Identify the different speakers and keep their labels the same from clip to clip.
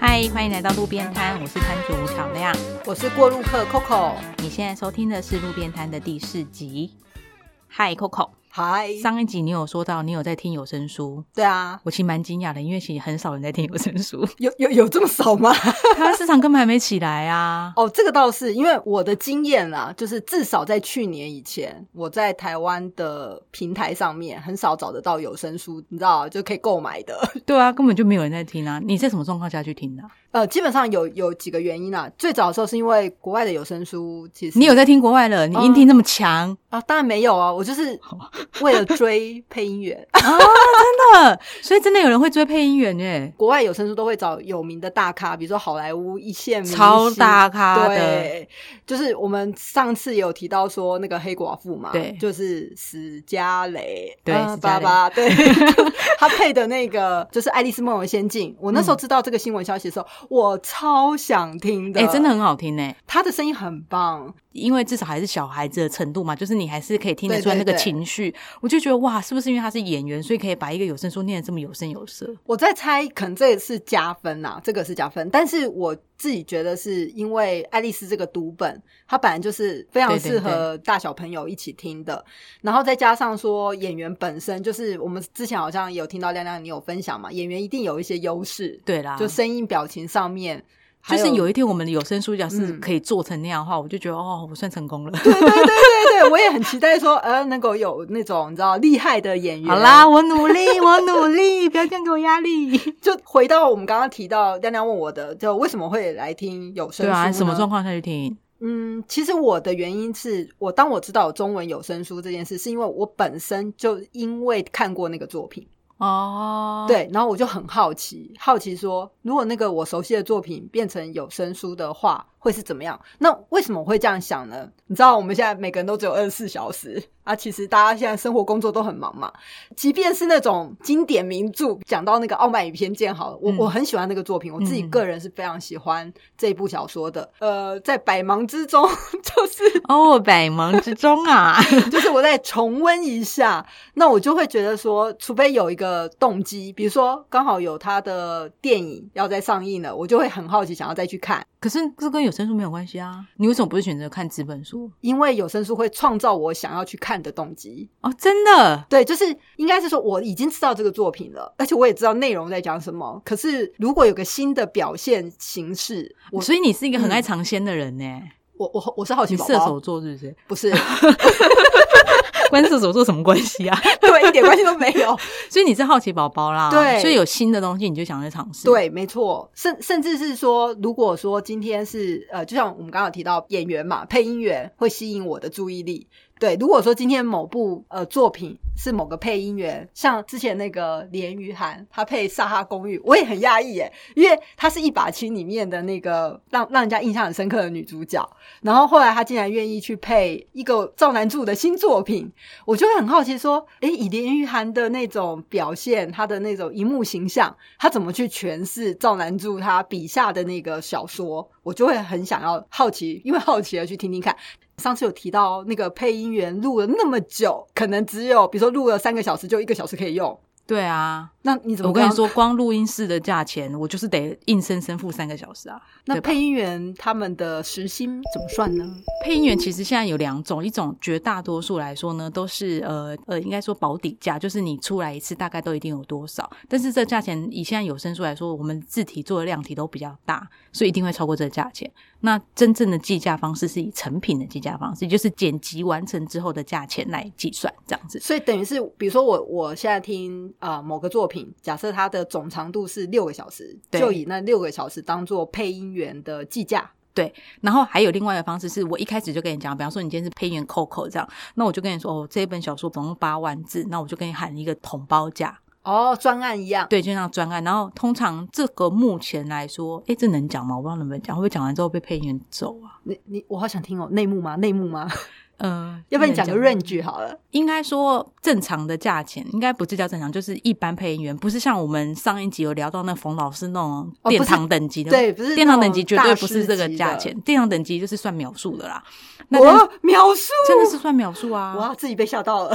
Speaker 1: 嗨，欢迎来到路边摊，我是摊主吴巧亮。
Speaker 2: 我是过路客 Coco。
Speaker 1: 你现在收听的是路边摊的第四集。嗨，Coco，
Speaker 2: 嗨，
Speaker 1: 上一集你有说到你有在听有声书，
Speaker 2: 对啊，
Speaker 1: 我其实蛮惊讶的，因为其实很少人在听有声 书，
Speaker 2: 有有有这么少吗？
Speaker 1: 台湾市场根本还没起来啊。
Speaker 2: 哦，这个倒是，因为我的经验啦，就是至少在去年以前，我在台湾的平台上面很少找得到有声书，你知道，就可以购买的。
Speaker 1: 对啊，根本就没有人在听啊。你在什么状况下去听的啊、
Speaker 2: 呃，基本上有有几个原因啦。最早的时候是因为国外的有声书，其实
Speaker 1: 你有在听国外了？你音听那么强，
Speaker 2: 啊？当然没有啊，我 就是为了追配音员，啊
Speaker 1: 呃所以真的有人会追配音员耶，
Speaker 2: 国外有声书都会找有名的大咖，比如说好莱坞一线明星
Speaker 1: 超大咖的。
Speaker 2: 对，就是我们上次有提到说那个黑寡妇嘛，
Speaker 1: 对
Speaker 2: 就是史嘉蕾，
Speaker 1: 对
Speaker 2: 呃
Speaker 1: 史嘉
Speaker 2: 爸
Speaker 1: 蕾
Speaker 2: 爸，对，他配的那个就是《爱丽丝梦游仙境》。我那时候
Speaker 1: 嗯
Speaker 2: 知道这个新闻消息的时候，我超想听的，
Speaker 1: 哎、真的，很好听呢，
Speaker 2: 他的声音很棒，
Speaker 1: 因为至少还是小孩子的程度嘛，就是你还是可以听得出来
Speaker 2: 对
Speaker 1: 那
Speaker 2: 对
Speaker 1: 个
Speaker 2: 对
Speaker 1: 情绪。我就觉得哇，是不是因为他是演员，所以可以把一个有声书念得这么有声有色？
Speaker 2: 我在猜，可能这个是加分啦，这个是加分。但是我自己觉得，是因为爱丽丝这个读本，它本来就是非常
Speaker 1: 对对
Speaker 2: 适合大小朋友一起听的。然后再加上说演员本身，就是我们之前好像有听到亮亮你有分享嘛，演员一定有一些优势，
Speaker 1: 对啦，
Speaker 2: 就声音、表情上面，还
Speaker 1: 啊就是有
Speaker 2: 一
Speaker 1: 一天我们的有声书讲是
Speaker 2: 嗯
Speaker 1: 可以做成那样的话，我就觉得哦，我算成功了。
Speaker 2: 对对，我也很期待说，呃，能够有那种你知道厉害的演员。
Speaker 1: 好啦，，我努力，我努力，不要这样给我压力。
Speaker 2: 就回到我们刚刚提到亮亮问我的，就为什么会来听有声
Speaker 1: 对啊，
Speaker 2: 书
Speaker 1: 什么
Speaker 2: 呢
Speaker 1: 状况下去听？
Speaker 2: 嗯，其实我的原因是我当我知道有中文有声书这件事，是因为我本身就因为看过那个作品，
Speaker 1: 哦，，
Speaker 2: 对，然后我就很好奇，好奇说如果那个我熟悉的作品变成有声书的话，会是怎么样？那为什么我会这样想呢？你知道我们现在每个人都只有二十四小时啊，其实大家现在生活工作都很忙嘛。即便是那种经典名著，讲到那个《傲慢与偏见》好了，我、
Speaker 1: 嗯
Speaker 2: 我很喜欢那个作品，我自己
Speaker 1: 嗯
Speaker 2: 个人是非常喜欢这部小说的。呃，在百忙之中， 就是
Speaker 1: 哦，百忙之中啊，
Speaker 2: 就是我再重温一下， 那我就会觉得说，除非有一个动机，比如说刚好有他的电影要在上映了，我就会很好奇想要再去看，
Speaker 1: 可是这跟有声书没有关系啊。你为什么不是选择看纸本书？
Speaker 2: 因为有声书会创造我想要去看的动机。
Speaker 1: 哦，真的，
Speaker 2: 对，就是应该是说我已经知道这个作品了，而且我也知道内容在讲什么。可是如果有个新的表现形式，我
Speaker 1: 所以你是一个很爱尝鲜的人呢、
Speaker 2: 我我我是好奇
Speaker 1: 你
Speaker 2: 宝
Speaker 1: 射手
Speaker 2: 宝，
Speaker 1: 座是不是？
Speaker 2: 不是
Speaker 1: 关射手座什么关系啊？
Speaker 2: 对，一点关系都没有。
Speaker 1: 所以你是好奇宝宝啦，
Speaker 2: 对
Speaker 1: 所以有新的东西你就想去尝试。，
Speaker 2: 对，没错，甚甚至是说，如果说今天是呃，就像我们刚刚有提到演员嘛，配音员会吸引我的注意力。对，如果说今天某部呃作品是某个配音员，像之前那个连于涵，他配《萨哈公寓》，我也很讶异耶，因为她是一把青里面的那个让让人家印象很深刻的女主角，然后后来她竟然愿意去配一个赵南柱的新作品，我就会很好奇说，诶，以连玉涵的那种表现，她的那种荧幕形象，她怎么去诠释赵南柱他笔下的那个小说？我就会很想要好奇，因为好奇而去听听看。上次有提到那个配音员录了那么久，可能只有比如说录了三个小时，就一个小时可以用。
Speaker 1: 对啊，
Speaker 2: 那你怎么？
Speaker 1: 我跟你，说，光录音室的价钱，我就是得硬生生付三个小时啊。
Speaker 2: 那
Speaker 1: 对吧
Speaker 2: 配音员他们的时薪怎么算呢？
Speaker 1: 配音员其实现在有两种，一种绝大多数来说呢，都是呃呃，应该说保底价，就是你出来一次大概都一定有多少。但是这价钱以现在有声书来说，我们字体做的量体都比较大，所以一定会超过这个价钱。那真正的计价方式是以成品的计价方式，就是剪辑完成之后的价钱来计算，这样子。
Speaker 2: 所以等于是，比如说我我现在听呃某个作品，假设它的总长度是六个小时，
Speaker 1: 对
Speaker 2: 就以那六个小时当做配音员的计价。
Speaker 1: 然后还有另外一个方式是，我一开始就跟你讲，比方说你今天是配音员 Coco 这样，那我就跟你说，哦，这一本小说总共八万字，那我就跟你喊一个统包价，
Speaker 2: 哦，专案一样。
Speaker 1: 对，就像专案。然后通常这个目前来说，诶，这能讲吗？我不知道能不能讲，会不会讲完之后被配音员走啊？
Speaker 2: 你你我好想听哦，内幕吗？内幕吗？
Speaker 1: 呃，
Speaker 2: 要不然你讲个
Speaker 1: 不
Speaker 2: range 好了。
Speaker 1: 应该说正常的价钱，应该不是叫正常，就是一般配音员，不是像我们上一集有聊到那冯老师那种
Speaker 2: 哦
Speaker 1: 殿
Speaker 2: 不是
Speaker 1: 堂等级的，
Speaker 2: 对，不是
Speaker 1: 殿堂等级
Speaker 2: 那种
Speaker 1: 绝
Speaker 2: 大
Speaker 1: 对不是
Speaker 2: 师
Speaker 1: 这个
Speaker 2: 级
Speaker 1: 价
Speaker 2: 的。
Speaker 1: 钱，殿堂等级就是算秒数的啦。那但
Speaker 2: 我描述，
Speaker 1: 真的是算秒数啊！
Speaker 2: 哇，自己被吓到了。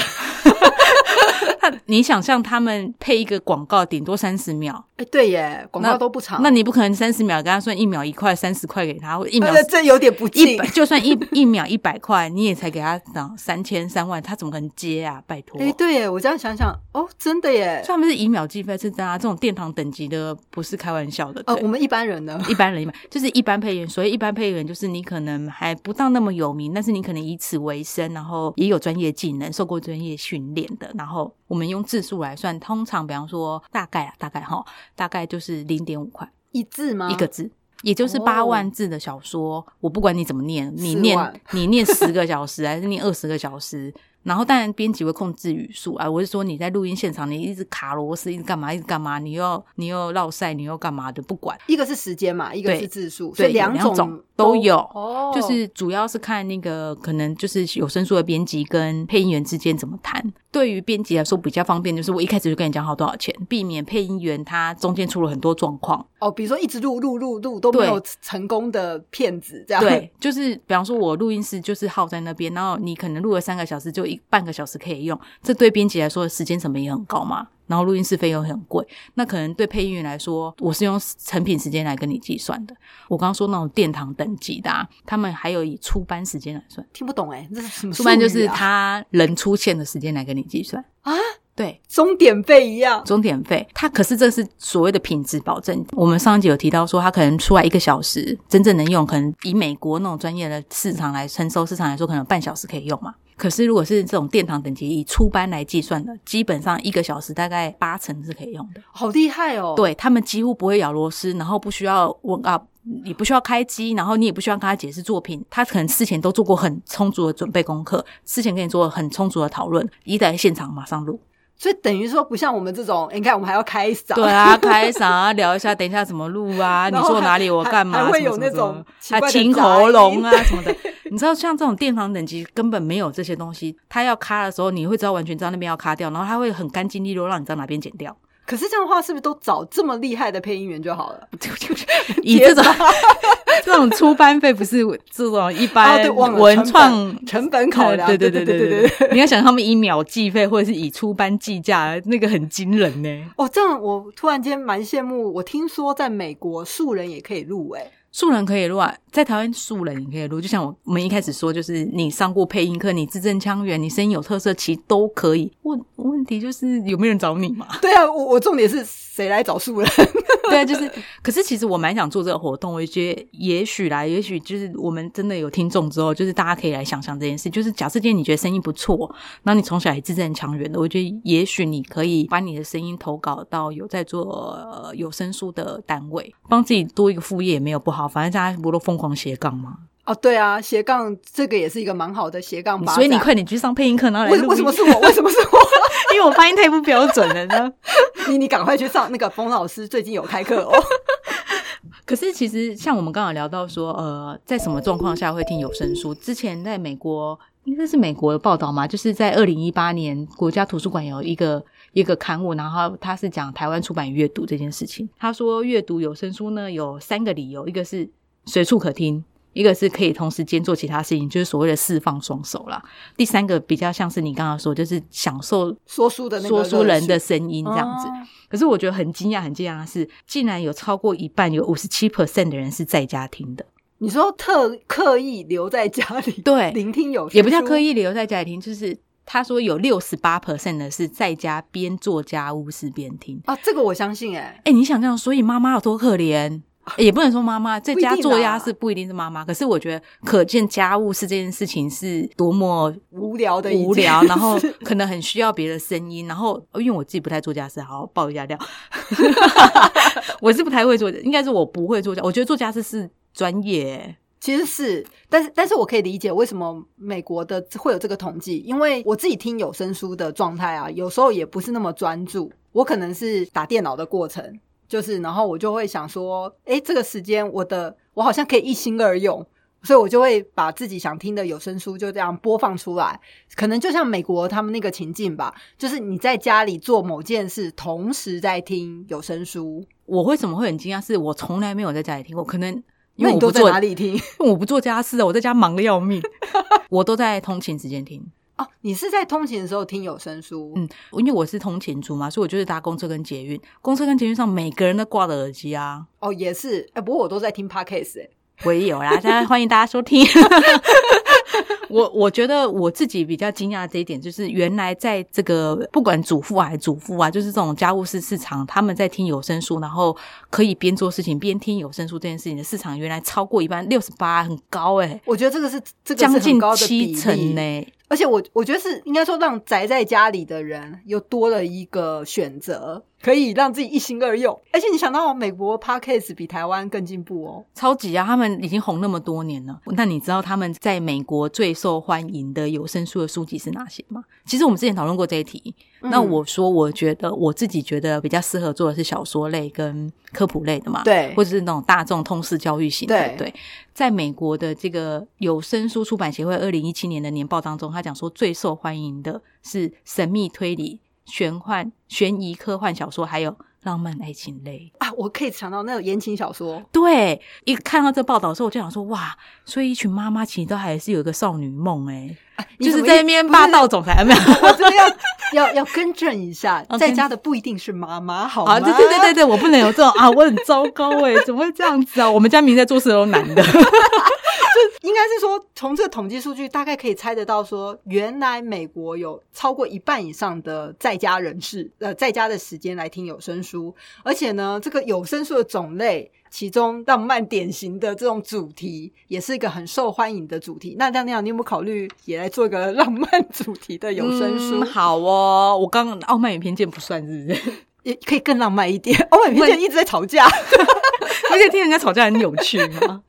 Speaker 1: 他你想象他们配一个广告，顶多三十秒，
Speaker 2: 哎，对耶，广告
Speaker 1: 那
Speaker 2: 都不长。
Speaker 1: 那你不可能三十秒跟他算一秒一块，三十块给他，或一秒
Speaker 2: 呃这有点不
Speaker 1: 一
Speaker 2: 敬
Speaker 1: 百，。就算一 一秒一百块，你也才给他涨三千三万，他怎么可能接啊？拜托！
Speaker 2: 哎，对耶，我这样想想，哦，真的耶
Speaker 1: 所以。他们是以秒计费，是真的、啊。这种殿堂等级的不是开玩笑的。
Speaker 2: 呃，
Speaker 1: 对
Speaker 2: 我们一般人呢，
Speaker 1: 一般人一般就是一般配员，所以一般配员就是你可能还不到那么有名，但是你可能以此为生，然后也有专业技能，受过专业训练的。然后我们用字数来算，通常比方说大概啊，大概哈，大概就是零点五块
Speaker 2: 一字吗？
Speaker 1: 一个字。也就是
Speaker 2: 哦
Speaker 1: 八万字的小说我不管你怎么念，你
Speaker 2: 4
Speaker 1: 念
Speaker 2: 万
Speaker 1: 你念十个小时还是念二十个小时， 然后当然编辑会控制语速啊。我是说你在录音现场，你一直卡螺丝，一直干嘛，一直干嘛，你又你又绕赛，你又干嘛的，不管。
Speaker 2: 一个是时间嘛，一个
Speaker 1: 对
Speaker 2: 是字数，所
Speaker 1: 对
Speaker 2: 以两
Speaker 1: 两种都有
Speaker 2: 哦，
Speaker 1: 就是主要是看那个可能就是有声书的编辑跟配音员之间怎么谈。对于编辑来说比较方便，就是我一开始就跟你讲好多少钱，避免配音员他中间出了很多状况。
Speaker 2: 哦，比如说一直录录录录都没
Speaker 1: 对
Speaker 2: 有成功的骗子这样。
Speaker 1: 对，就是比方说我录音室就是耗在那边，然后你可能录了三个小时，就一半个小时可以用，这对编辑来说时间成本也很高嘛。然后录音室费用很贵，那可能对配音员来说，我是用成品时间来跟你计算的。我刚刚说那种殿堂等级的、啊，他们还有以出班时间来算。
Speaker 2: 听不懂哎，这是什么
Speaker 1: 出
Speaker 2: 术语啊？
Speaker 1: 班就是他人出现的时间来跟你计算
Speaker 2: 啊。
Speaker 1: 对，
Speaker 2: 钟点费一样，
Speaker 1: 钟点费，他可是这是所谓的品质保证。我们上一集有提到说，他可能出来一个小时，真正能用，可能以美国那种专业的市场来承收市场来说，可能有半小时可以用嘛。可是如果是这种殿堂等级以出班来计算的，基本上一个小时大概八成是可以用的。
Speaker 2: 好厉害哦。
Speaker 1: 对他们几乎不会咬螺丝，然后不需要问啊，也不需要开机，然后你也不需要跟他解释作品，他可能事前都做过很充足的准备功课，事前跟你做很充足的讨论，一在现场马上录。
Speaker 2: 所以等于说不像我们这种，你看我们还要开嗓，
Speaker 1: 对啊，开嗓啊，聊一下，等一下怎么录 啊？你
Speaker 2: 然后
Speaker 1: 坐
Speaker 2: 还
Speaker 1: 哪里，我
Speaker 2: 还
Speaker 1: 干嘛？
Speaker 2: 还会
Speaker 1: 什么
Speaker 2: 有
Speaker 1: 什
Speaker 2: 那
Speaker 1: 么
Speaker 2: 种奇
Speaker 1: 还
Speaker 2: 怪的
Speaker 1: 清
Speaker 2: 杂
Speaker 1: 喉咙
Speaker 2: 音
Speaker 1: 啊什 么的。你知道，像这种殿堂等级根本没有这些东西，他要卡的时候，你会知道完全知道那边要卡掉，然后他会很干净利落，让你知道哪边剪 掉。
Speaker 2: 可是这样的话，是不是都找这么厉害的配音员就好了？
Speaker 1: 以
Speaker 2: 天
Speaker 1: 这种 这种出班费不是这种一
Speaker 2: 啊，
Speaker 1: 般
Speaker 2: 对，忘了
Speaker 1: 文
Speaker 2: 成本
Speaker 1: 创。
Speaker 2: 成本考量，
Speaker 1: 对对
Speaker 2: 对
Speaker 1: 对
Speaker 2: 对
Speaker 1: 对对，你要想他们以秒计费或者是以出班计价，那个很惊人呢。
Speaker 2: 哦，这样我突然间蛮羡慕。我听说在美国素人也可以哎入 围，
Speaker 1: 素人可以录啊，在台湾素人也可以录，就像我我们一开始说，就是你上过配音课，你字正腔圆，你声音有特色，其实都可以。问问题就是有没有人找你嘛？
Speaker 2: 对啊，我我重点是谁来找素人？
Speaker 1: 对啊，就是，可是其实我蛮想做这个活动，我觉得也许啦，也许就是我们真的有听众之后，就是大家可以来想想这件事，就是假设今天你觉得声音不错，然后你从小也字正腔圆的，我觉得也许你可以把你的声音投稿到有在做、呃有声书的单位，帮自己多一个副业也没有不好，反正大家不都疯狂斜杠吗？
Speaker 2: 哦，对啊，斜杠这个也是一个蛮好的斜杠发展。
Speaker 1: 所以你快点去上配音课，然后来
Speaker 2: 为
Speaker 1: 录音
Speaker 2: 为什么？是我？为什么是我？
Speaker 1: 因为我发音太不标准了。然后
Speaker 2: 你你赶快去上那个冯老师最近有开课哦。
Speaker 1: 可是其实像我们刚好聊到说，呃，在什么状况下会听有声书？之前在美国，应该是美国的报道嘛，就是在二零一八年，国家图书馆有一个一个刊物，然后他是讲台湾出版阅读这件事情。他说阅读有声书呢有三个理由，一个是随处可听。一个是可以同时兼做其他事情，就是所谓的释放双手啦。第三个比较像是你刚刚说，就是享受
Speaker 2: 说书的那个
Speaker 1: 说书人的
Speaker 2: 乐趣
Speaker 1: 声音这样子。
Speaker 2: 哦
Speaker 1: 可是我觉得很惊讶，很惊讶的是，竟然有超过一半，有五十七 percent 的人是在家听的，
Speaker 2: 你说特刻意留在家里
Speaker 1: 对
Speaker 2: 聆听有声
Speaker 1: 也不叫
Speaker 2: 书
Speaker 1: 刻意留在家里听，就是他说有六十八 percent 的是在家边做家务事边听。
Speaker 2: 啊，这个我相信哎、
Speaker 1: 哎、你想这样，所以妈妈有多可怜？也不能说妈妈在
Speaker 2: 啊不一定
Speaker 1: 家
Speaker 2: 啦
Speaker 1: 做家事不一定是妈妈，可是我觉得可见家务事这件事情是多么
Speaker 2: 无聊的一件
Speaker 1: 无聊，然 后
Speaker 2: 事
Speaker 1: 可能很需要别的声音，然后哦因为我自己不太做家事，好好爆一下料， 我是不太会做，应该是我不会做家，我觉得做家事是专业，
Speaker 2: 其实是，但是但是我可以理解为什么美国的会有这个统计，因为我自己听有声书的状态啊，有时候也不是那么专注，我可能是打电脑的过程，就是然后我就会想说，诶，这个时间我的我好像可以一心二用。所以我就会把自己想听的有声书就这样播放出来。可能就像美国他们那个情境吧，就是你在家里做某件事，同时在听有声书，
Speaker 1: 我为什么会很惊讶？是我从来没有在家里听过，可能因
Speaker 2: 因
Speaker 1: 为
Speaker 2: 为
Speaker 1: 我
Speaker 2: 你
Speaker 1: 不
Speaker 2: 都在
Speaker 1: 做，
Speaker 2: 哪里听？
Speaker 1: 因为我不做家事啊，我在家忙的要命， 我都在通勤时间听。
Speaker 2: 哦，你是在通勤的时候听有声书，
Speaker 1: 嗯，因为我是通勤族嘛，所以我就是搭公车跟捷运，公车跟捷运上每个人都挂着耳机啊。
Speaker 2: 哦，也是。哎、不过我都在听 podcast 哎、
Speaker 1: 我也有啦，大家欢迎大家收听。 我我觉得我自己比较惊讶的这一点，就是原来在这个不管主妇啊还是主妇啊，就是这种家务事市场，他们在听有声书，然后可以边做事情边听有声书这件事情的市场，原来超过一半，六十八，很高哎、
Speaker 2: 我觉得这个是这个
Speaker 1: 将
Speaker 2: 是很
Speaker 1: 近
Speaker 2: 高的比
Speaker 1: 七成欸
Speaker 2: 例
Speaker 1: 呢、
Speaker 2: 而且我我觉得是应该说让宅在家里的人又多了一个选择，可以让自己一心二用。而且你想到美国 podcast 比台湾更进步哦，
Speaker 1: 超级啊！他们已经红那么多年了。那你知道他们在美国最受欢迎的有声书的书籍是哪些吗？其实我们之前讨论过这一题。那
Speaker 2: 嗯
Speaker 1: 我说，我觉得我自己觉得比较适合做的是小说类跟科普类的嘛，
Speaker 2: 对
Speaker 1: 或者是那种大众通识教育型的。
Speaker 2: 对
Speaker 1: 对，在美国的这个有声书出版协会二零一七年的年报当中，他讲说最受欢迎的是神秘推理、玄幻、悬疑、科幻小说，还有浪漫爱情类。
Speaker 2: 啊，我可以想到那种言情小说，
Speaker 1: 对，一看到这报道的时候，我就想说，哇，所以一群妈妈其实都还是有一个少女梦哎、
Speaker 2: 啊你
Speaker 1: 就
Speaker 2: 怎
Speaker 1: 是
Speaker 2: 么
Speaker 1: 在
Speaker 2: 一
Speaker 1: 那边霸道总裁有没有？
Speaker 2: 我真的要要要更正一下，
Speaker 1: 哦
Speaker 2: 在
Speaker 1: 更
Speaker 2: 家的不一定是妈妈，好吗？
Speaker 1: 啊，对对对对对，我不能有这种啊，我很糟糕 哎、怎么会这样子啊？我们家明明在做事都是男的，
Speaker 2: 应该是说，从这个统计数据大概可以猜得到说，原来美国有超过一半以上的在家人士，呃，在家的时间来听有声书，而且呢，这个有声书的种类，其中浪漫典型的这种主题，也是一个很受欢迎的主题。那亮亮，你有没有考虑也来做一个浪漫主题的 有声
Speaker 1: 嗯
Speaker 2: 书？
Speaker 1: 好哦，我刚刚傲慢与偏见不算是不 是？
Speaker 2: 也可以更浪漫一点。 哦欧美偏见一直在吵架，
Speaker 1: 而且听人家吵架很有趣吗？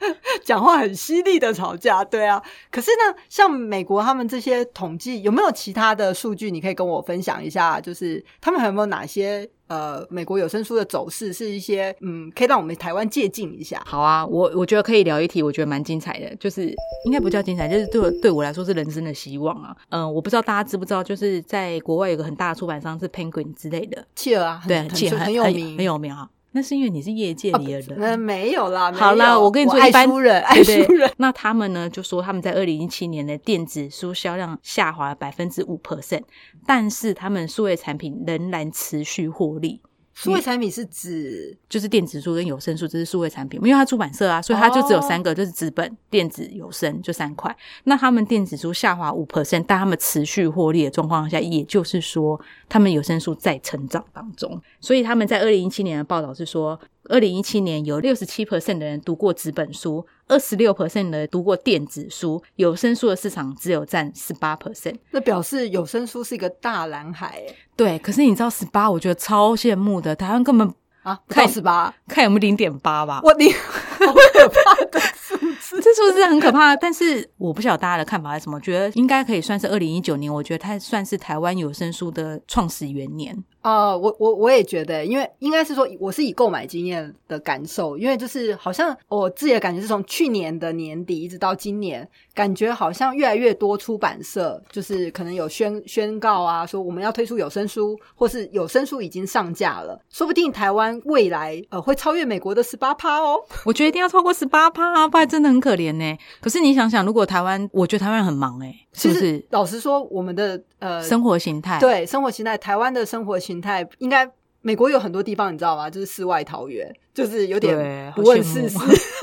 Speaker 2: 讲话很犀利的吵架，对啊。可是呢，像美国他们这些统计，有没有其他的数据你可以跟我分享一下？就是他们还有没有哪些呃，美国有声书的走势是一些嗯，可以让我们台湾借鉴一下？
Speaker 1: 好啊，我我觉得可以聊一题，我觉得蛮精彩的，就是应该不叫精彩，就是对我对我来说是人生的希望啊。嗯，我不知道大家知不知道，就是在国外有个很大的出版商是 Penguin 之类的，
Speaker 2: 切尔啊，很
Speaker 1: 对，
Speaker 2: 很
Speaker 1: 气
Speaker 2: 很
Speaker 1: 很
Speaker 2: 有
Speaker 1: 很
Speaker 2: 名，哦
Speaker 1: 很有名啊。那是因为你是业界里的人。啊
Speaker 2: 那没有啦，没有
Speaker 1: 好啦，我跟你说，
Speaker 2: 爱
Speaker 1: 一般哎
Speaker 2: 书人，爱
Speaker 1: 对
Speaker 2: 书
Speaker 1: 对
Speaker 2: 人，
Speaker 1: 那他们呢，就说他们在二零一七年的电子书销量下滑了百分之五 percent，但是他们数位产品仍然持续获利。
Speaker 2: 数位产品是指
Speaker 1: 就是电子书跟有声书，这是数位产品，因为它出版社啊，所以它就只有
Speaker 2: 哦
Speaker 1: 三个，就是纸本、电子、有声，就三块。那他们电子书下滑五 percent，但他们持续获利的状况下，也就是说，他们有声书在成长当中。所以他们在二零一七年的报道是说，二零一七年有六十七 percent 的人读过纸本书，二十六 percent 的人读过电子书，有声书的市场只有占十八 percent。
Speaker 2: 那表示有声书是一个大蓝海、欸、
Speaker 1: 对，可是你知道十八，我觉得超羡慕的，台湾根本
Speaker 2: 啊，不
Speaker 1: 看
Speaker 2: 到十八，
Speaker 1: 看有没有零点八吧。
Speaker 2: 我 你好可怕的数字。
Speaker 1: 这是不是很可怕？但是我不晓得大家的看法是什么，觉得应该可以算是二零一九年，我觉得它算是台湾有声书的创始元年。
Speaker 2: 呃，我我我也觉得，因为应该是说，我是以购买经验的感受，因为就是好像我自己的感觉是从去年的年底一直到今年，感觉好像越来越多出版社就是可能有宣宣告啊，说我们要推出有声书，或是有声书已经上架了，说不定台湾未来呃会超越美国的十八趴哦。
Speaker 1: 我觉得一定要超过十八趴，啊不然真的很可怜呢、可是你想想，如果台湾，我觉得台湾人很忙哎、是不
Speaker 2: 其
Speaker 1: 是
Speaker 2: 实？老实说，我们的呃
Speaker 1: 生活形态，
Speaker 2: 对生活形态，台湾的生活形态应该。美国有很多地方，你知道吗？就是世外桃源，就是有
Speaker 1: 对
Speaker 2: 点
Speaker 1: 好
Speaker 2: 不问
Speaker 1: 羡
Speaker 2: 世
Speaker 1: 慕
Speaker 2: 事，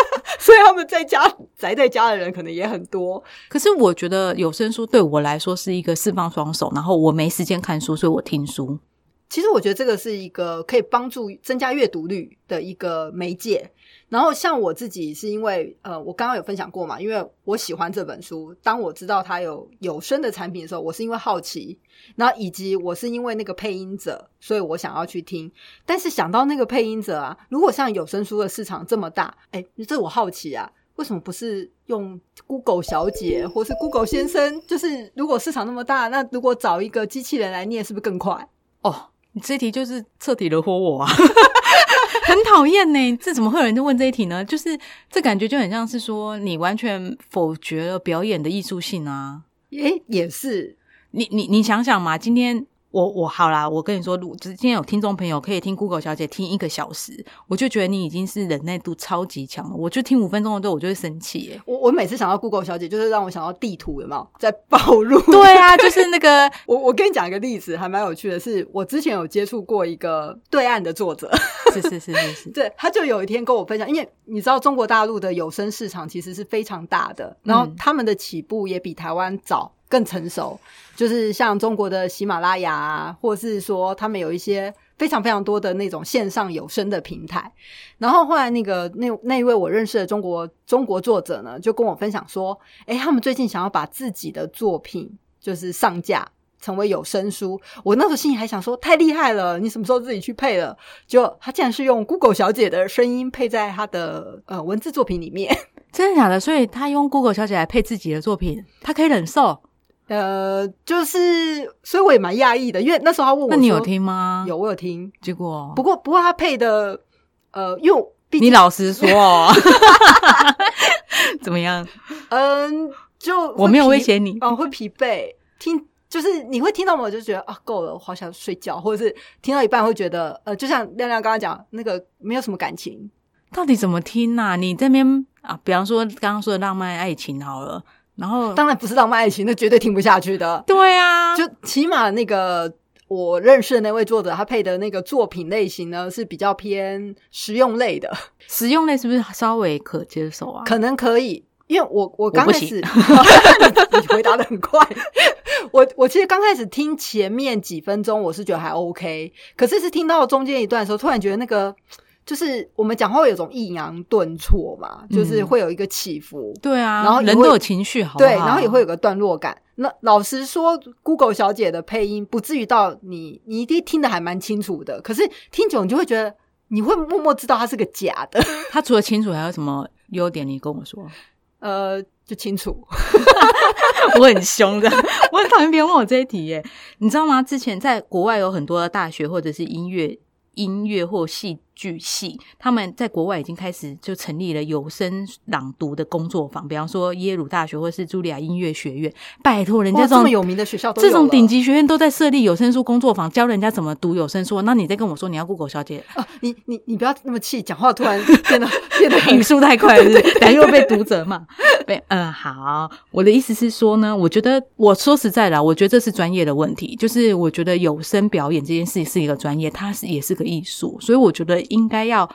Speaker 2: 所以他们在家宅在家的人可能也很多。
Speaker 1: 可是我觉得有声书对我来说是一个释放双手，然后我没时间看书，所以我听书。
Speaker 2: 其实我觉得这个是一个可以帮助增加阅读率的一个媒介。然后像我自己是因为呃，我刚刚有分享过嘛，因为我喜欢这本书。当我知道它有有声的产品的时候，我是因为好奇，然后以及我是因为那个配音者，所以我想要去听。但是想到那个配音者啊，如果像有声书的市场这么大，哎，这我好奇啊。为什么不是用 Google 小姐或是 Google 先生？就是如果市场那么大，那如果找一个机器人来念，是不是更快？
Speaker 1: 哦，你这题就是彻底惹火我啊！很讨讨厌呢，这怎么会有人问这一题呢？就是这感觉就很像是说你完全否决了表演的艺术性啊！
Speaker 2: 诶，也是，
Speaker 1: 你你你想想嘛，今天我我好啦，我跟你说，如就是今天有听众朋友可以听 Google 小姐听一个小时，我就觉得你已经是忍耐度超级强了。我就听五分钟的对我就会生气耶。
Speaker 2: 我我每次想到 Google 小姐，就是让我想到地图，有没有在暴露？
Speaker 1: 对啊，就是那个
Speaker 2: 我我跟你讲一个例子，还蛮有趣的是，我之前有接触过一个对岸的作者，
Speaker 1: 是是是是是，
Speaker 2: 对，他就有一天跟我分享，因为你知道中国大陆的有声市场其实是非常大的，然后他们的起步也比台湾早。更成熟，就是像中国的喜马拉雅啊，或是说他们有一些非常非常多的那种线上有声的平台。然后后来那个那那一位我认识的中国中国作者呢，就跟我分享说，诶，他们最近想要把自己的作品就是上架成为有声书。我那时候心里还想说，太厉害了，你什么时候自己去配了？就他竟然是用 Google 小姐的声音配在他的呃文字作品里面。
Speaker 1: 真的假的？所以他用 Google 小姐来配自己的作品，他可以忍受。
Speaker 2: 呃，就是，所以我也蛮讶异的，因为那时候他问我，
Speaker 1: 那你有？听吗？，
Speaker 2: 有，我有听。
Speaker 1: 结果
Speaker 2: 不过，不过他配的，呃，因为我毕
Speaker 1: 你
Speaker 2: 竟，
Speaker 1: 老实说 哦，怎么样？
Speaker 2: 嗯、就会
Speaker 1: 我没有
Speaker 2: 疲
Speaker 1: 威胁你
Speaker 2: 哦，会疲惫。听，就是你会听到我就觉得啊，够了，我好想睡觉，或者是听到一半会觉得，呃，就像亮亮刚刚讲，那个没有什么感情，
Speaker 1: 到底怎么听呐、你这边啊，比方说刚刚说的浪漫爱情好了，然后
Speaker 2: 当然不是浪漫爱情，那绝对听不下去的。
Speaker 1: 对啊，
Speaker 2: 就起码那个我认识的那位作者，他配的那个作品类型呢，是比较偏实用类的。
Speaker 1: 使用类是不是稍微可接受啊？
Speaker 2: 可能可以，因为我我刚
Speaker 1: 不
Speaker 2: 开
Speaker 1: 行
Speaker 2: 始， 你你回答的很快。 我我其实刚开始听前面几分钟，我是觉得还 OK，可是是听到中间一段的时候，突然觉得那个就是我们讲话会有种抑扬顿挫嘛，就是
Speaker 1: 嗯
Speaker 2: 会有一个起伏。
Speaker 1: 对啊，
Speaker 2: 然后也
Speaker 1: 人
Speaker 2: 会
Speaker 1: 都有情绪，好不好
Speaker 2: 对，然后也会有个段落感。那老实说，Google 小姐的配音不至于到你，你一定听得还蛮清楚的。可是听久，你就会觉得你会默默知道它是个假的，
Speaker 1: 他除了清楚还有什么优点？你跟我说，
Speaker 2: 呃，就清楚。
Speaker 1: 我很凶的，我很讨厌别人问我这一题耶。你知道吗？之前在国外有很多的大学或者是音乐音乐或戏剧系，他们在国外已经开始就成立了有声朗读的工作坊，比方说耶鲁大学或是茱莉亚音乐学院。拜托，人家
Speaker 2: 哇
Speaker 1: 这
Speaker 2: 这
Speaker 1: 种
Speaker 2: 么有名的学校都有
Speaker 1: 这种
Speaker 2: 了
Speaker 1: 顶级学院都在设立有声书工作坊，教人家怎么读有声书。啊那你再跟我说你要 Google 小姐，
Speaker 2: 啊，你你你不要那么气，讲话突然变得变得 很
Speaker 1: 引述太快了是不是，等下又被读者骂。被嗯，好，我的意思是说呢，我觉得我说实在啦，我觉得这是专业的问题，就是我觉得有声表演这件事情是一个专业，它是也是个艺术，所以我觉得应该要。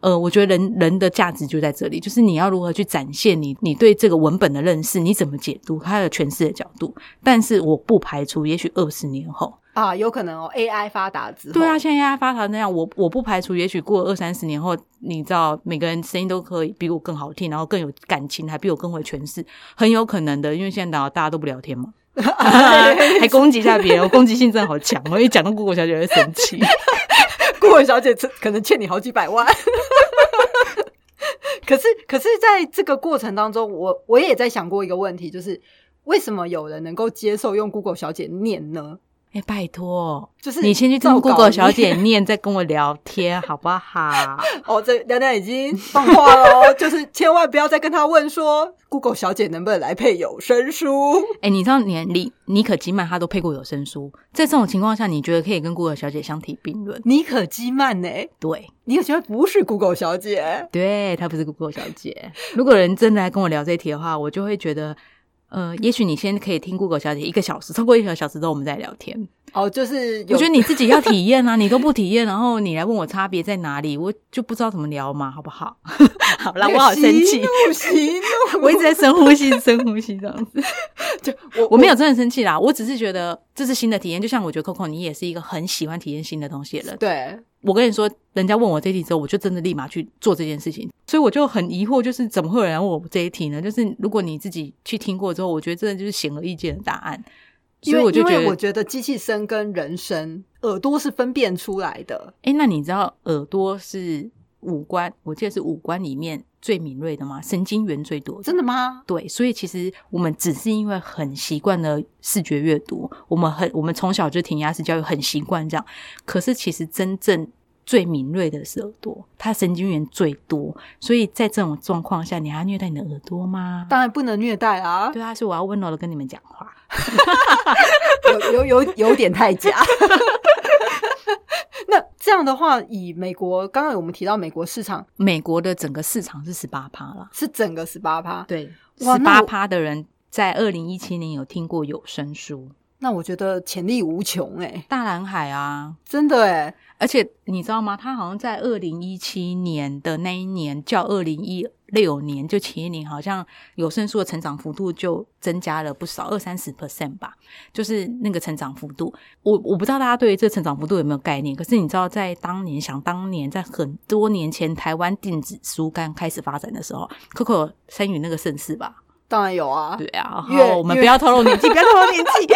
Speaker 1: 呃，我觉得人人的价值就在这里，就是你要如何去展现你你对这个文本的认识，你怎么解读它的诠释的角度。但是我不排除，也许二十年后，
Speaker 2: 啊，有可能哦，AI 发达之后，
Speaker 1: 对啊，，现在 AI 发达那样，我我不排除，也许过二三十年后，你知道每个人声音都可以比我更好听，然后更有感情，还比我更会诠释，很有可能的。因为现在大家都不聊天嘛，还攻击一下别人，我攻击性真的好强哦！我一讲到姑姑小姐会生气。
Speaker 2: 顾问小姐这可能欠你好几百万。 可是，可是在这个过程当中，我我也在想过一个问题，就是为什么有人能够接受用 Google 小姐念呢？
Speaker 1: 哎、拜托，
Speaker 2: 就是
Speaker 1: 你先去
Speaker 2: 照
Speaker 1: 听
Speaker 2: 稿
Speaker 1: Google 小姐
Speaker 2: 念
Speaker 1: 念，再跟我聊天好不好？
Speaker 2: 哦，这亮亮已经放话了，哦 就是千万不要再跟她问说 Google 小姐能不能来配有声书。
Speaker 1: 哎、你知道连李妮可基曼她都配过有声书，在这种情况下，你觉得可以跟 Google 小姐相提并论？
Speaker 2: 妮可基曼呢、
Speaker 1: 对，
Speaker 2: 妮可基曼不是 Google 小姐，
Speaker 1: 对，她不是 Google 小姐。如果人真的来跟我聊这一题的话，我就会觉得，呃，也许你先可以听 Google 小姐一个小时，超过一个小时之后我们再聊天。
Speaker 2: 哦，就是有
Speaker 1: 我觉得你自己要体验啊，你都不体验，然后你来问我差别在哪里，我就不知道怎么聊嘛，好不好？ 好啦，我好生 气，
Speaker 2: 不行，
Speaker 1: 我一直在深呼吸，深呼吸这样子。
Speaker 2: 就我
Speaker 1: 我没有真的生气啦，我只是觉得这是新的体验，就像我觉得 Coco 你也是一个很喜欢体验新的东西的人。
Speaker 2: 对，
Speaker 1: 我跟你说，人家问我这一题之后，我就真的立马去做这件事情，所以我就很疑惑，就是怎么会有人来问我这一题呢？就是如果你自己去听过之后，我觉得真的就是显而易见的答案，
Speaker 2: 因
Speaker 1: 所以
Speaker 2: 为
Speaker 1: 我就觉
Speaker 2: 因为我
Speaker 1: 得，
Speaker 2: 觉得机器声跟人声耳朵是分辨出来的，
Speaker 1: 哎，那你知道耳朵是五官，我记得是五官里面最敏锐的吗？神经元最多的
Speaker 2: 真的吗？
Speaker 1: 对，所以其实我们只是因为很习惯了视觉阅读，我们很我们从小就填鸭式教育很习惯这样。可是其实真正最敏锐的是耳朵，它神经元最多，所以在这种状况下，你还要虐待你的耳朵吗？
Speaker 2: 当然不能虐待啊，
Speaker 1: 对啊，所以我要温柔的跟你们讲话。
Speaker 2: 有有有有点太假。 那这样的话，以美国刚刚我们提到美国市场
Speaker 1: 美国的整个市场是十八趴啦，
Speaker 2: 是整个十八趴，
Speaker 1: 对，
Speaker 2: 哇
Speaker 1: 十
Speaker 2: 那
Speaker 1: 八
Speaker 2: 我
Speaker 1: 趴的人在二零一七年有听过有声书，
Speaker 2: 那我觉得潜力无穷哎、
Speaker 1: 大蓝海啊，
Speaker 2: 真的哎、
Speaker 1: 而且你知道吗？他好像在二零一七年的那一年，较二零一六年就前一年，好像有声书的成长幅度就增加了不少，二三十 percent 吧，就是那个成长幅度。我我不知道大家对于这成长幅度有没有概念，可是你知道，在当年想当年，在很多年前，台湾电子书刚开始发展的时候，Coco 参与那个盛世吧，
Speaker 2: 当然有啊
Speaker 1: 对，啊，
Speaker 2: 越
Speaker 1: 好，我们
Speaker 2: 越
Speaker 1: 不要透露年纪，不要透露年 纪。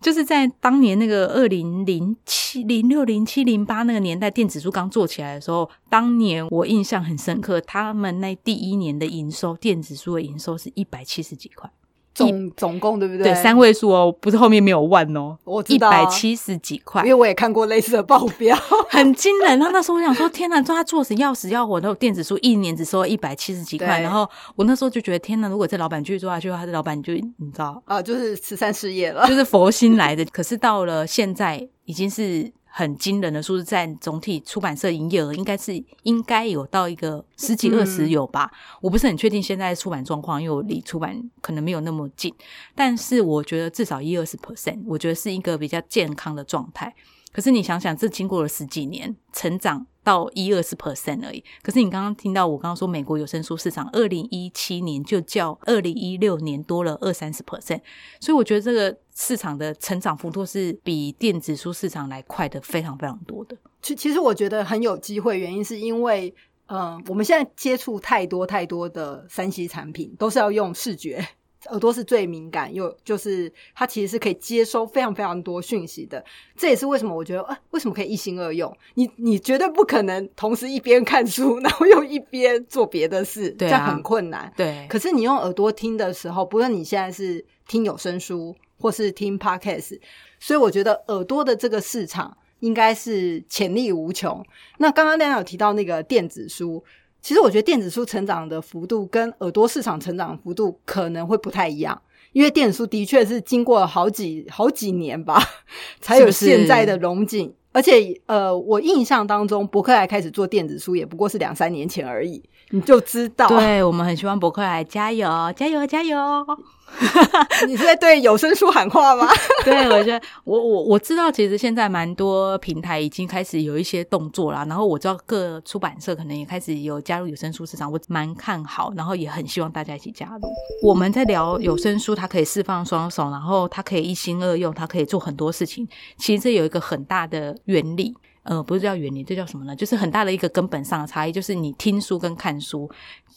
Speaker 1: 就是在当年那个二零零七、零六、零七、零八那个年代，电子书刚做起来的时候，当年我印象很深刻，他们那第一年的营收，电子书的营收是一百七十几块，
Speaker 2: 总总共对不对？
Speaker 1: 对，三位数哦，不是后面没有万哦，
Speaker 2: 我知
Speaker 1: 一
Speaker 2: 道啊
Speaker 1: 百，七十几块
Speaker 2: 因为，我也看过类似的报表，
Speaker 1: 很惊人。然后那时候我想说，天哪，他做死要死要活，然后电子书一年只收一百七十几块，
Speaker 2: 对
Speaker 1: 然后我那时候就觉得，天哪，如果这老板继续做下去的话，他这老板就你知道
Speaker 2: 啊，就是慈善事业了。
Speaker 1: 就是佛心来的。可是到了现在，已经是很惊人的数字，在总体出版社营业额应该是应该有到一个十几
Speaker 2: 嗯
Speaker 1: 二十有吧。我不是很确定现在出版状况，因为我离出版可能没有那么近，但是我觉得至少一二十 percent，我觉得是一个比较健康的状态。可是你想想，这经过了十几年，成长到一二十 percent 而已。可是你刚刚听到我刚刚说，美国有声书市场二零一七年就较二零一六年多了二三十 percent，所以我觉得这个市场的成长幅度是比电子书市场来快的非常非常多的。
Speaker 2: 其其实我觉得很有机会，原因是因为。嗯，我们现在接触太多太多的三 C 产品，都是要用视觉，耳朵是最敏感，又就是它其实是可以接收非常非常多讯息的。这也是为什么我觉得，啊，为什么可以一心二用？你你绝对不可能同时一边看书， 然后又一边做别的事，
Speaker 1: 对啊
Speaker 2: 这样很困难。
Speaker 1: 对，
Speaker 2: 可是你用耳朵听的时候，不论你现在是听有声书或是听 podcast，所以我觉得耳朵的这个市场应该是潜力无穷。那刚刚亮亮有提到那个电子书，其实我觉得电子书成长的幅度跟耳朵市场成长的幅度可能会不太一样。因为电子书的确是经过了好几好几年 吧，才有
Speaker 1: 是不是
Speaker 2: 现在的荣景。而且，呃，我印象当中，伯克莱开始做电子书也不过是两三年前而已，你就知道，
Speaker 1: 对我们很希望博客来加油，加油，加油！
Speaker 2: 你是在对有声书喊话吗？
Speaker 1: 对，我觉得我我我知道，其实现在蛮多平台已经开始有一些动作啦。然后我知道各出版社可能也开始有加入有声书市场，我蛮看好，然后也很希望大家一起加入。我们在聊有声书，它可以释放双手，然后它可以一心二用，它可以做很多事情。其实这有一个很大的原理。呃，不是叫原理，这叫什么呢？就是很大的一个根本上的差异，就是你听书跟看书，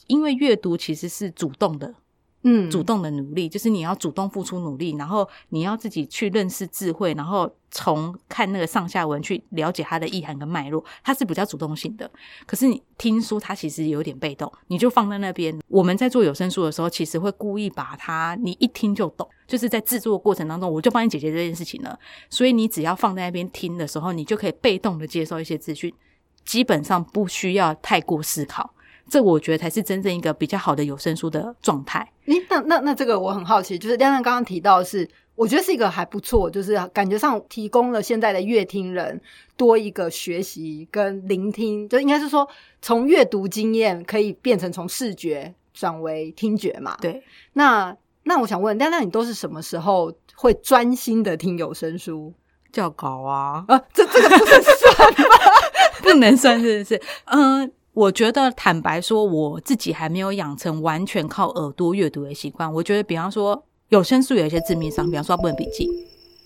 Speaker 1: 因为阅读其实是主动的，
Speaker 2: 嗯
Speaker 1: 主动的努力，就是你要主动付出努力，然后你要自己去认识智慧，然后从看那个上下文去了解它的意涵跟脉络，它是比较主动性的。可是你听书，它其实有点被动，你就放在那边。我们在做有声书的时候，其实会故意把它你一听就懂，就是在制作过程当中，我就帮你解决这件事情了。所以你只要放在那边听的时候，你就可以被动的接受一些资讯，基本上不需要太过思考。这我觉得才是真正一个比较好的有声书的状态。
Speaker 2: 诶那那那这个我很好奇，就是亮亮刚刚提到的是，我觉得是一个还不错，就是感觉上提供了现在的乐听人多一个学习跟聆听，就应该是说从阅读经验可以变成从视觉转为听觉嘛。
Speaker 1: 对，
Speaker 2: 那那我想问亮亮，你都是什么时候会专心的听有声书
Speaker 1: 较高啊，
Speaker 2: 啊？这这个不 是算
Speaker 1: 不能算是是，嗯。我觉得坦白说，我自己还没有养成完全靠耳朵阅读的习惯。我觉得，比方说有声书有一些致命伤，比方说它不能笔记，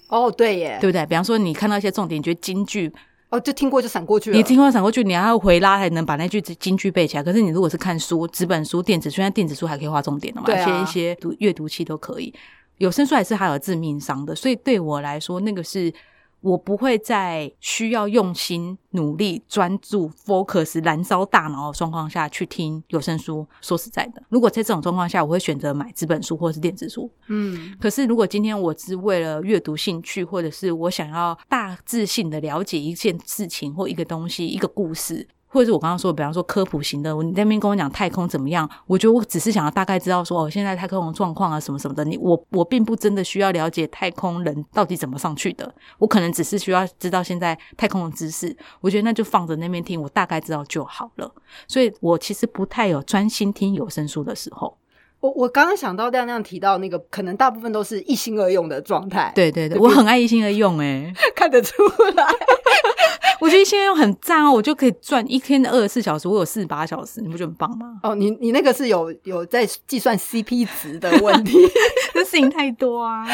Speaker 2: 哦，对耶，
Speaker 1: 对不对？比方说你看到一些重点，你觉得金句，
Speaker 2: 哦，就听过就闪过去了。
Speaker 1: 你听过闪过去，你还要回拉才能把那句金句背起来。可是你如果是看书，纸本书、电子书，现在电子书还可以画重点的嘛，
Speaker 2: 对
Speaker 1: 一些
Speaker 2: 啊
Speaker 1: 一些读阅读器都可以。有声书还是还有致命伤的，所以对我来说，那个是我不会在需要用心、努力、专注、focus、燃烧大脑的状况下去听有声书。说实在的，如果在这种状况下，我会选择买纸本书或是电子书。
Speaker 2: 嗯
Speaker 1: 可是，如果今天我是为了阅读兴趣，或者是我想要大致性的了解一件事情或一个东西、一个故事，或者是我刚刚说，比方说科普型的，你在那边跟我讲太空怎么样，我觉得我只是想要大概知道说，哦，现在太空的状况啊，什么什么的。你我我并不真的需要了解太空人到底怎么上去的，我可能只是需要知道现在太空的知识。我觉得那就放着那边听，我大概知道就好了。所以我其实不太有专心听有声书的时候。
Speaker 2: 我我刚刚想到亮亮提到那个，可能大部分都是一心二用的状态，，
Speaker 1: 对对对，
Speaker 2: 对
Speaker 1: 我很爱一心二用哎、欸
Speaker 2: 看得出来。？
Speaker 1: 我觉得现在用很赞哦，我就可以赚一天二十四小时，我有四十八小时，你不觉得很棒吗
Speaker 2: 哦，你你那个是有有在计算 CP 值的问题。
Speaker 1: 这事情太多啊！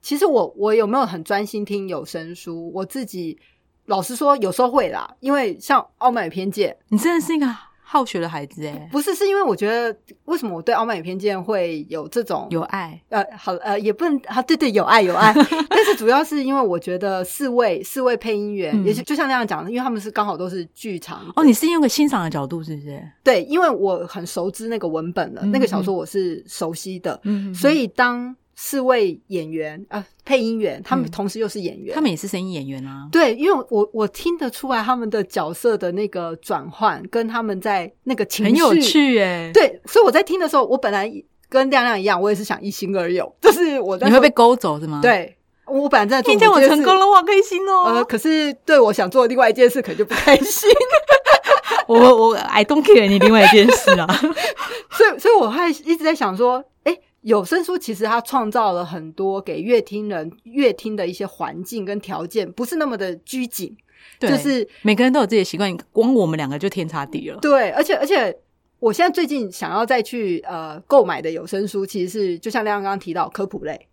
Speaker 2: 其实我我有没有很专心听有声书？我自己老实说，有时候会啦，因为像《傲慢与偏见
Speaker 1: 你真的是一个好学的孩子哎》，，
Speaker 2: 不是是因为我觉得为什么我对《傲慢与偏见》会有这种
Speaker 1: 有爱，
Speaker 2: 呃，好呃，也不能啊，对对，有爱有 爱，但是主要是因为我觉得四位四位配音员，
Speaker 1: 嗯
Speaker 2: 也是就像那样讲的，因为他们是刚好都是剧场
Speaker 1: 哦，你是用个欣赏的角度是不是？
Speaker 2: 对，因为我很熟知那个文本了，
Speaker 1: 嗯
Speaker 2: 那个小说我是熟悉的，
Speaker 1: 嗯
Speaker 2: 所以当四位演员啊、配音员，他们
Speaker 1: 嗯
Speaker 2: 同时又是演员，
Speaker 1: 他们也是声音演员啊。
Speaker 2: 对，因为我我听得出来他们的角色的那个转换，跟他们在那个情绪
Speaker 1: 很有趣哎、
Speaker 2: 对，所以我在听的时候，我本来跟亮亮一样，我也是想一心二用，就是我在
Speaker 1: 你会被勾走是吗？，
Speaker 2: 对。我本来在做
Speaker 1: 听见我
Speaker 2: 某件
Speaker 1: 成
Speaker 2: 事
Speaker 1: 功了，我好开心哦！
Speaker 2: 呃，可是对我想做的另外一件事，可能就不开心，
Speaker 1: 我我我 I don't care 你另外一件事 啊，
Speaker 2: 所以，所以我还一直在想说，哎，有声书其实它创造了很多给乐听人乐听的一些环境跟条件，不是那么的拘谨，
Speaker 1: 对
Speaker 2: 就是
Speaker 1: 每个人都有自己的习惯，光我们两个就天差地了。
Speaker 2: 对，而且而且。我现在最近想要再去呃购买的有声书，其实是就像亮亮刚刚提到科普类，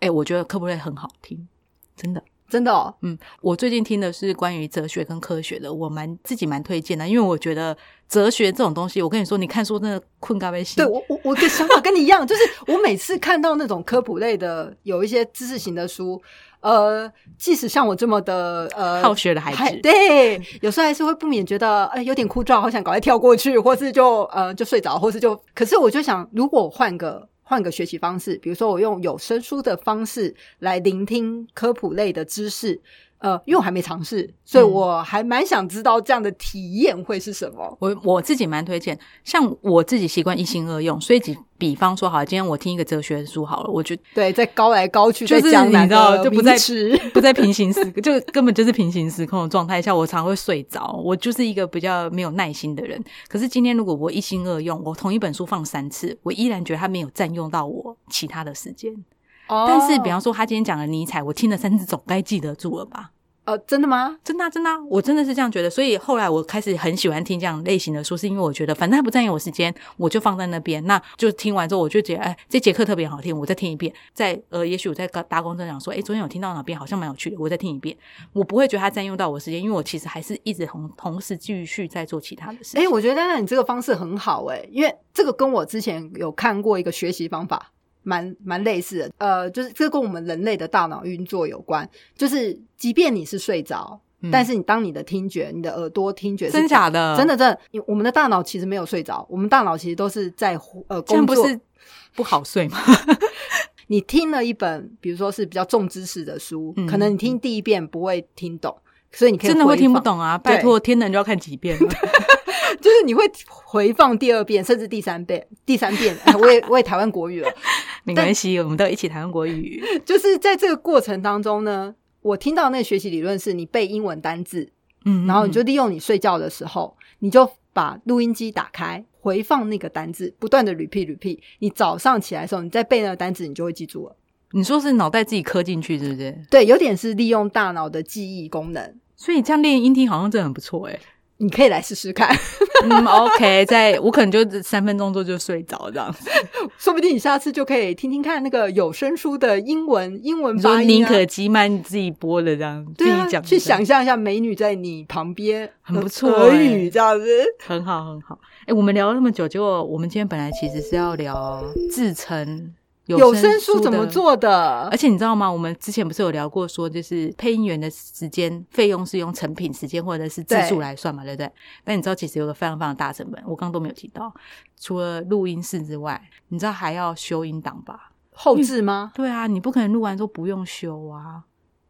Speaker 1: 哎、我觉得科普类很好听，真的。
Speaker 2: 真的哦，
Speaker 1: 嗯，我最近听的是关于哲学跟科学的，我蛮自己蛮推荐的，因为我觉得哲学这种东西，我跟你说，你看书真的困咖啡心
Speaker 2: 对。我我我的想法跟你一样，就是我每次看到那种科普类的有一些知识型的书，呃，即使像我这么的呃
Speaker 1: 好学的孩
Speaker 2: 还
Speaker 1: 子，
Speaker 2: 对，有时候还是会不免觉得，哎，有点枯燥，好想赶快跳过去，或是就呃就睡着，或是就……可是我就想，如果我换个换个学习方式，比如说我用有声书的方式来聆听科普类的知识，呃，因为我还没尝试，所以
Speaker 1: 嗯
Speaker 2: 我还蛮想知道这样的体验会是什么。
Speaker 1: 我我自己蛮推荐。像我自己习惯一心二用，所以比比方说，好，今天我听一个哲学书好了，我就
Speaker 2: 对，在高来高去，
Speaker 1: 就是
Speaker 2: 在江南
Speaker 1: 你知道
Speaker 2: 的
Speaker 1: 就不在
Speaker 2: 名词
Speaker 1: 不在平行时，就根本就是平行时空的状态下，我常会睡着。我就是一个比较没有耐心的人。可是今天如果我一心二用，我同一本书放三次，我依然觉得它没有占用到我其他的时间。
Speaker 2: 哦
Speaker 1: 但是，比方说他今天讲了尼采，我听了三次，总该记得住了吧？
Speaker 2: 呃，真的吗？
Speaker 1: 真的啊、真的啊、我真的是这样觉得。所以后来我开始很喜欢听这样类型的书，是因为我觉得反正它不占用我时间，我就放在那边。那就听完之后，我就觉得哎，这节课特别好听，我再听一遍。在呃，也许我在搭搭公车讲说，哎，昨天有听到哪边好像蛮有趣的，我再听一遍。我不会觉得它占用到我时间，因为我其实还是一直同同时继续在做其他的事情。
Speaker 2: 哎、我觉得亮亮你这个方式很好哎、因为这个跟我之前有看过一个学习方法，蛮蛮类似的。呃，就是这跟我们人类的大脑运作有关，就是即便你是睡着，
Speaker 1: 嗯
Speaker 2: 但是你当你的听觉、你的耳朵听觉是
Speaker 1: 真假的，
Speaker 2: 真的真的，因为我们的大脑其实没有睡着，我们大脑其实都是在呼呃
Speaker 1: 这样不
Speaker 2: 工作。
Speaker 1: 是不好睡 吗？
Speaker 2: 你听了一本，比如说是比较重知识的书，
Speaker 1: 嗯
Speaker 2: 可能你听第一遍不会听懂，所以你可以
Speaker 1: 真的 会
Speaker 2: 回
Speaker 1: 听不
Speaker 2: 放
Speaker 1: 懂啊！拜
Speaker 2: 对
Speaker 1: 托，天人就要看几遍了。
Speaker 2: 就是你会回放第二遍，甚至第三遍，第三遍， 哎我也我也台湾 国语了，
Speaker 1: 没关系，我们都一起谈国 语。
Speaker 2: 就是在这个过程当中呢，我听到那个学习理论是你背英文单字，
Speaker 1: 嗯
Speaker 2: 然后你就利用你睡觉的时候，你就把录音机打开，回放那个单字，不断的 repeat repeat。你早上起来的时候，你再背那个单字，你就会记住了。
Speaker 1: 嗯你说是脑袋自己磕进去，是不是？
Speaker 2: 对，有点是利用大脑的记忆功能，
Speaker 1: 所以这样练音听好像真的很不错哎、
Speaker 2: 你可以来试试看，
Speaker 1: 嗯，OK，在我可能就三分钟之后就睡着这样。
Speaker 2: 说不定你下次就可以听听看那个有声书的英文英文
Speaker 1: 你
Speaker 2: 发
Speaker 1: 说
Speaker 2: 音
Speaker 1: 宁
Speaker 2: 啊。
Speaker 1: 可基曼你自己播的这样，自
Speaker 2: 对啊
Speaker 1: 己讲，的
Speaker 2: 去想象一下美女在你旁边，
Speaker 1: 很不错
Speaker 2: 俄
Speaker 1: 欸
Speaker 2: 语这样子。
Speaker 1: 很欸好很好。哎、我们聊了那么久，结果我们今天本来其实是要聊自称
Speaker 2: 有
Speaker 1: 声
Speaker 2: 声书怎
Speaker 1: 的？
Speaker 2: 么做的
Speaker 1: 而？且你知道吗？我们之前不是有聊过说，就是配音员的时间费用是用成品时间或者是字数
Speaker 2: 对
Speaker 1: 来算嘛，对不对？但你知道其实有个非常非常大成本，我刚刚都没有提到，除了录音室之外，你知道还要修音档吧？
Speaker 2: 后置吗？
Speaker 1: 对啊，你不可能录完说不用修啊，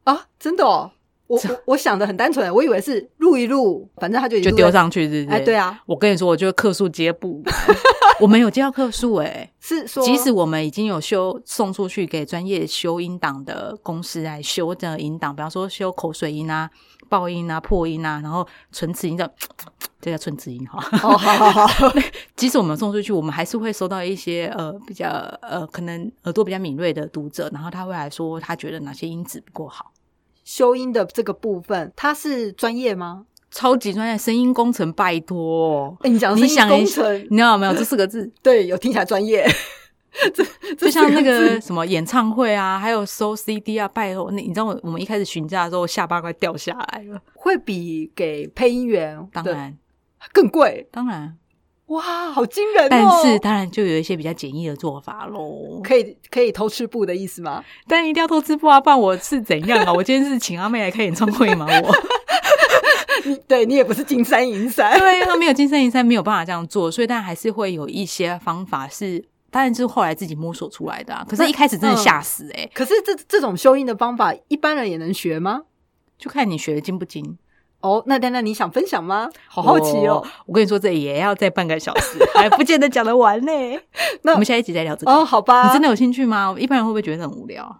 Speaker 2: 啊，真的哦，我我我想的很单纯，我以为是录一录，反正他就一
Speaker 1: 就
Speaker 2: 路
Speaker 1: 丢。上去，是不是？
Speaker 2: 哎，对。啊，
Speaker 1: 我跟你说，我觉得客数接不完， 我们有接到客数哎、
Speaker 2: 是说哦
Speaker 1: 即使我们已经有修送出去给专业修音档的公司来修的音档，比方说修口水音啊、爆音啊、破音啊，然后唇齿音的，这叫唇齿音哈。
Speaker 2: 哦，好好 好，
Speaker 1: 即使我们送出去，我们还是会收到一些呃比较呃可能耳朵比较敏锐的读者，然后他会来说他觉得哪些音质不够好。
Speaker 2: 修音的这个部分，他是专业吗？
Speaker 1: 超级专业声音工程，拜托，
Speaker 2: 哎，你讲的
Speaker 1: 你
Speaker 2: 是音
Speaker 1: 想一
Speaker 2: 工
Speaker 1: 下，
Speaker 2: 程，
Speaker 1: 你知道没有？这四个字，
Speaker 2: 对，有听起来专业。 这
Speaker 1: 就
Speaker 2: 这
Speaker 1: 像那
Speaker 2: 四字
Speaker 1: 个什么演唱会啊，还有收 CD 啊，拜托，你你知道我我们一开始询价的时候，我下巴快掉下来了。
Speaker 2: 会比给配音员
Speaker 1: 当
Speaker 2: 的
Speaker 1: 然，
Speaker 2: 更贵
Speaker 1: 当然，
Speaker 2: 哇，好惊人哦！
Speaker 1: 但是当然就有一些比较简易的做法喽。
Speaker 2: 可以可以偷吃布的意思吗？
Speaker 1: 但一定要偷吃不啊，不然我是怎样啊？我今天是请阿妹来开演唱会吗？我
Speaker 2: 你对你也不是金山银山，
Speaker 1: 对，啊那没有金山银山没有办法这样做，所以但还是会有一些方法是，当然就是后来自己摸索出来的、啊。可是，一开始真的吓死哎、
Speaker 2: 可是这这种修音的方法，一般人也能学吗？
Speaker 1: 就看你学的精不精。
Speaker 2: 哦，那丹丹，你想分享吗？好好奇哦
Speaker 1: 我。！我跟你说，这也要再半个小 时，还不见得讲得完呢、
Speaker 2: 那
Speaker 1: 我们下一集再聊这个。
Speaker 2: 哦，好吧，
Speaker 1: 你真的有兴趣吗？一般人会不会觉得很无聊？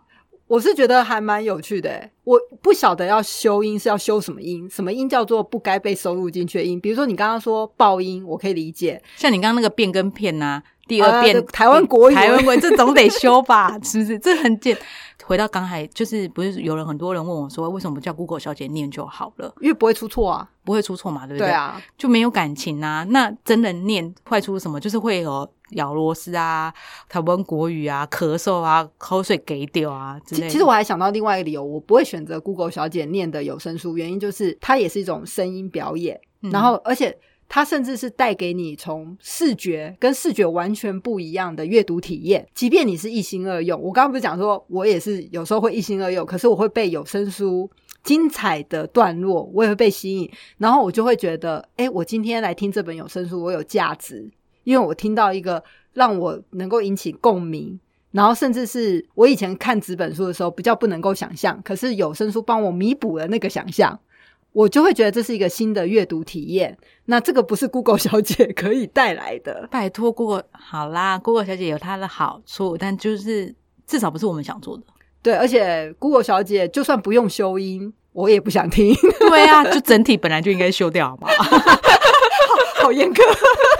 Speaker 2: 我是觉得还蛮有趣的欸。我不晓得要修音是要修什么音，什么音叫做不该被收录进去的音。比如说你刚刚说爆音，我可以理解。
Speaker 1: 像你刚刚那个变跟片呐、第二遍、
Speaker 2: 啊台湾国语
Speaker 1: 台湾国语，这总 得修吧？是不是？这很简。回到刚才，就是不是有人很多人问我说，为什么叫 Google 小姐念就好了，
Speaker 2: 因为不会出错啊，
Speaker 1: 不会出错嘛？对不
Speaker 2: 对啊，
Speaker 1: 就没有感情啊。那真人念快出什么，就是会有咬螺丝啊、台湾国语啊、咳嗽啊、口水给掉啊之类
Speaker 2: 其
Speaker 1: 的。
Speaker 2: 其实我还想到另外一个理由，我不会选择 Google 小姐念的有声书，原因就是它也是一种声音表演，
Speaker 1: 嗯
Speaker 2: 然后而且它甚至是带给你从视觉跟视觉完全不一样的阅读体验。即便你是一心二用，我刚刚不是讲说我也是有时候会一心二用，可是我会被有声书。精彩的段落，我也会被吸引，然后我就会觉得，哎、我今天来听这本有声书，我有价值，因为我听到一个让我能够引起共鸣，然后甚至是我以前看纸本书的时候比较不能够想象，可是有声书帮我弥补了那个想象，我就会觉得这是一个新的阅读体验。那这个不是 Google 小姐可以带来的，
Speaker 1: 拜托 Google 好啦，Google 小姐有她的好处，但就是至少不是我们想做的。
Speaker 2: 对，而且 Google 小姐就算不用修音，我也不想听，
Speaker 1: 对啊，就整体本来就应该修掉，好不好？
Speaker 2: 好严格。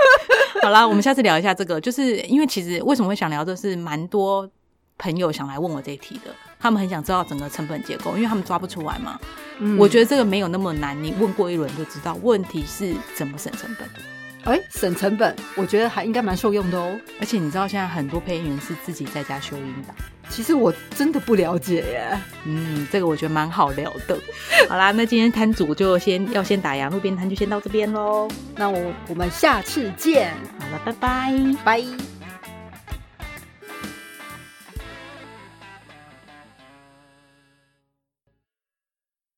Speaker 1: 好啦，我们下次聊一下这个，就是因为其实为什么会想聊这是蛮多朋友想来问我这一题的，他们很想知道整个成本结构，因为他们抓不出来嘛。
Speaker 2: 嗯
Speaker 1: 我觉得这个没有那么难，你问过一轮就知道。问题是怎么省成本？
Speaker 2: 得，哎、省成本，我觉得还应该蛮受用的哦。
Speaker 1: 而且你知道现在很多配音员是自己在家修音的。
Speaker 2: 其实我真的不了解耶。
Speaker 1: 嗯，这个我觉得蛮好聊的。好啦，那今天摊主就先要先打烊，路边摊就先到这边喽。
Speaker 2: 那我我们下次见，
Speaker 1: 好了，拜拜。
Speaker 2: 拜。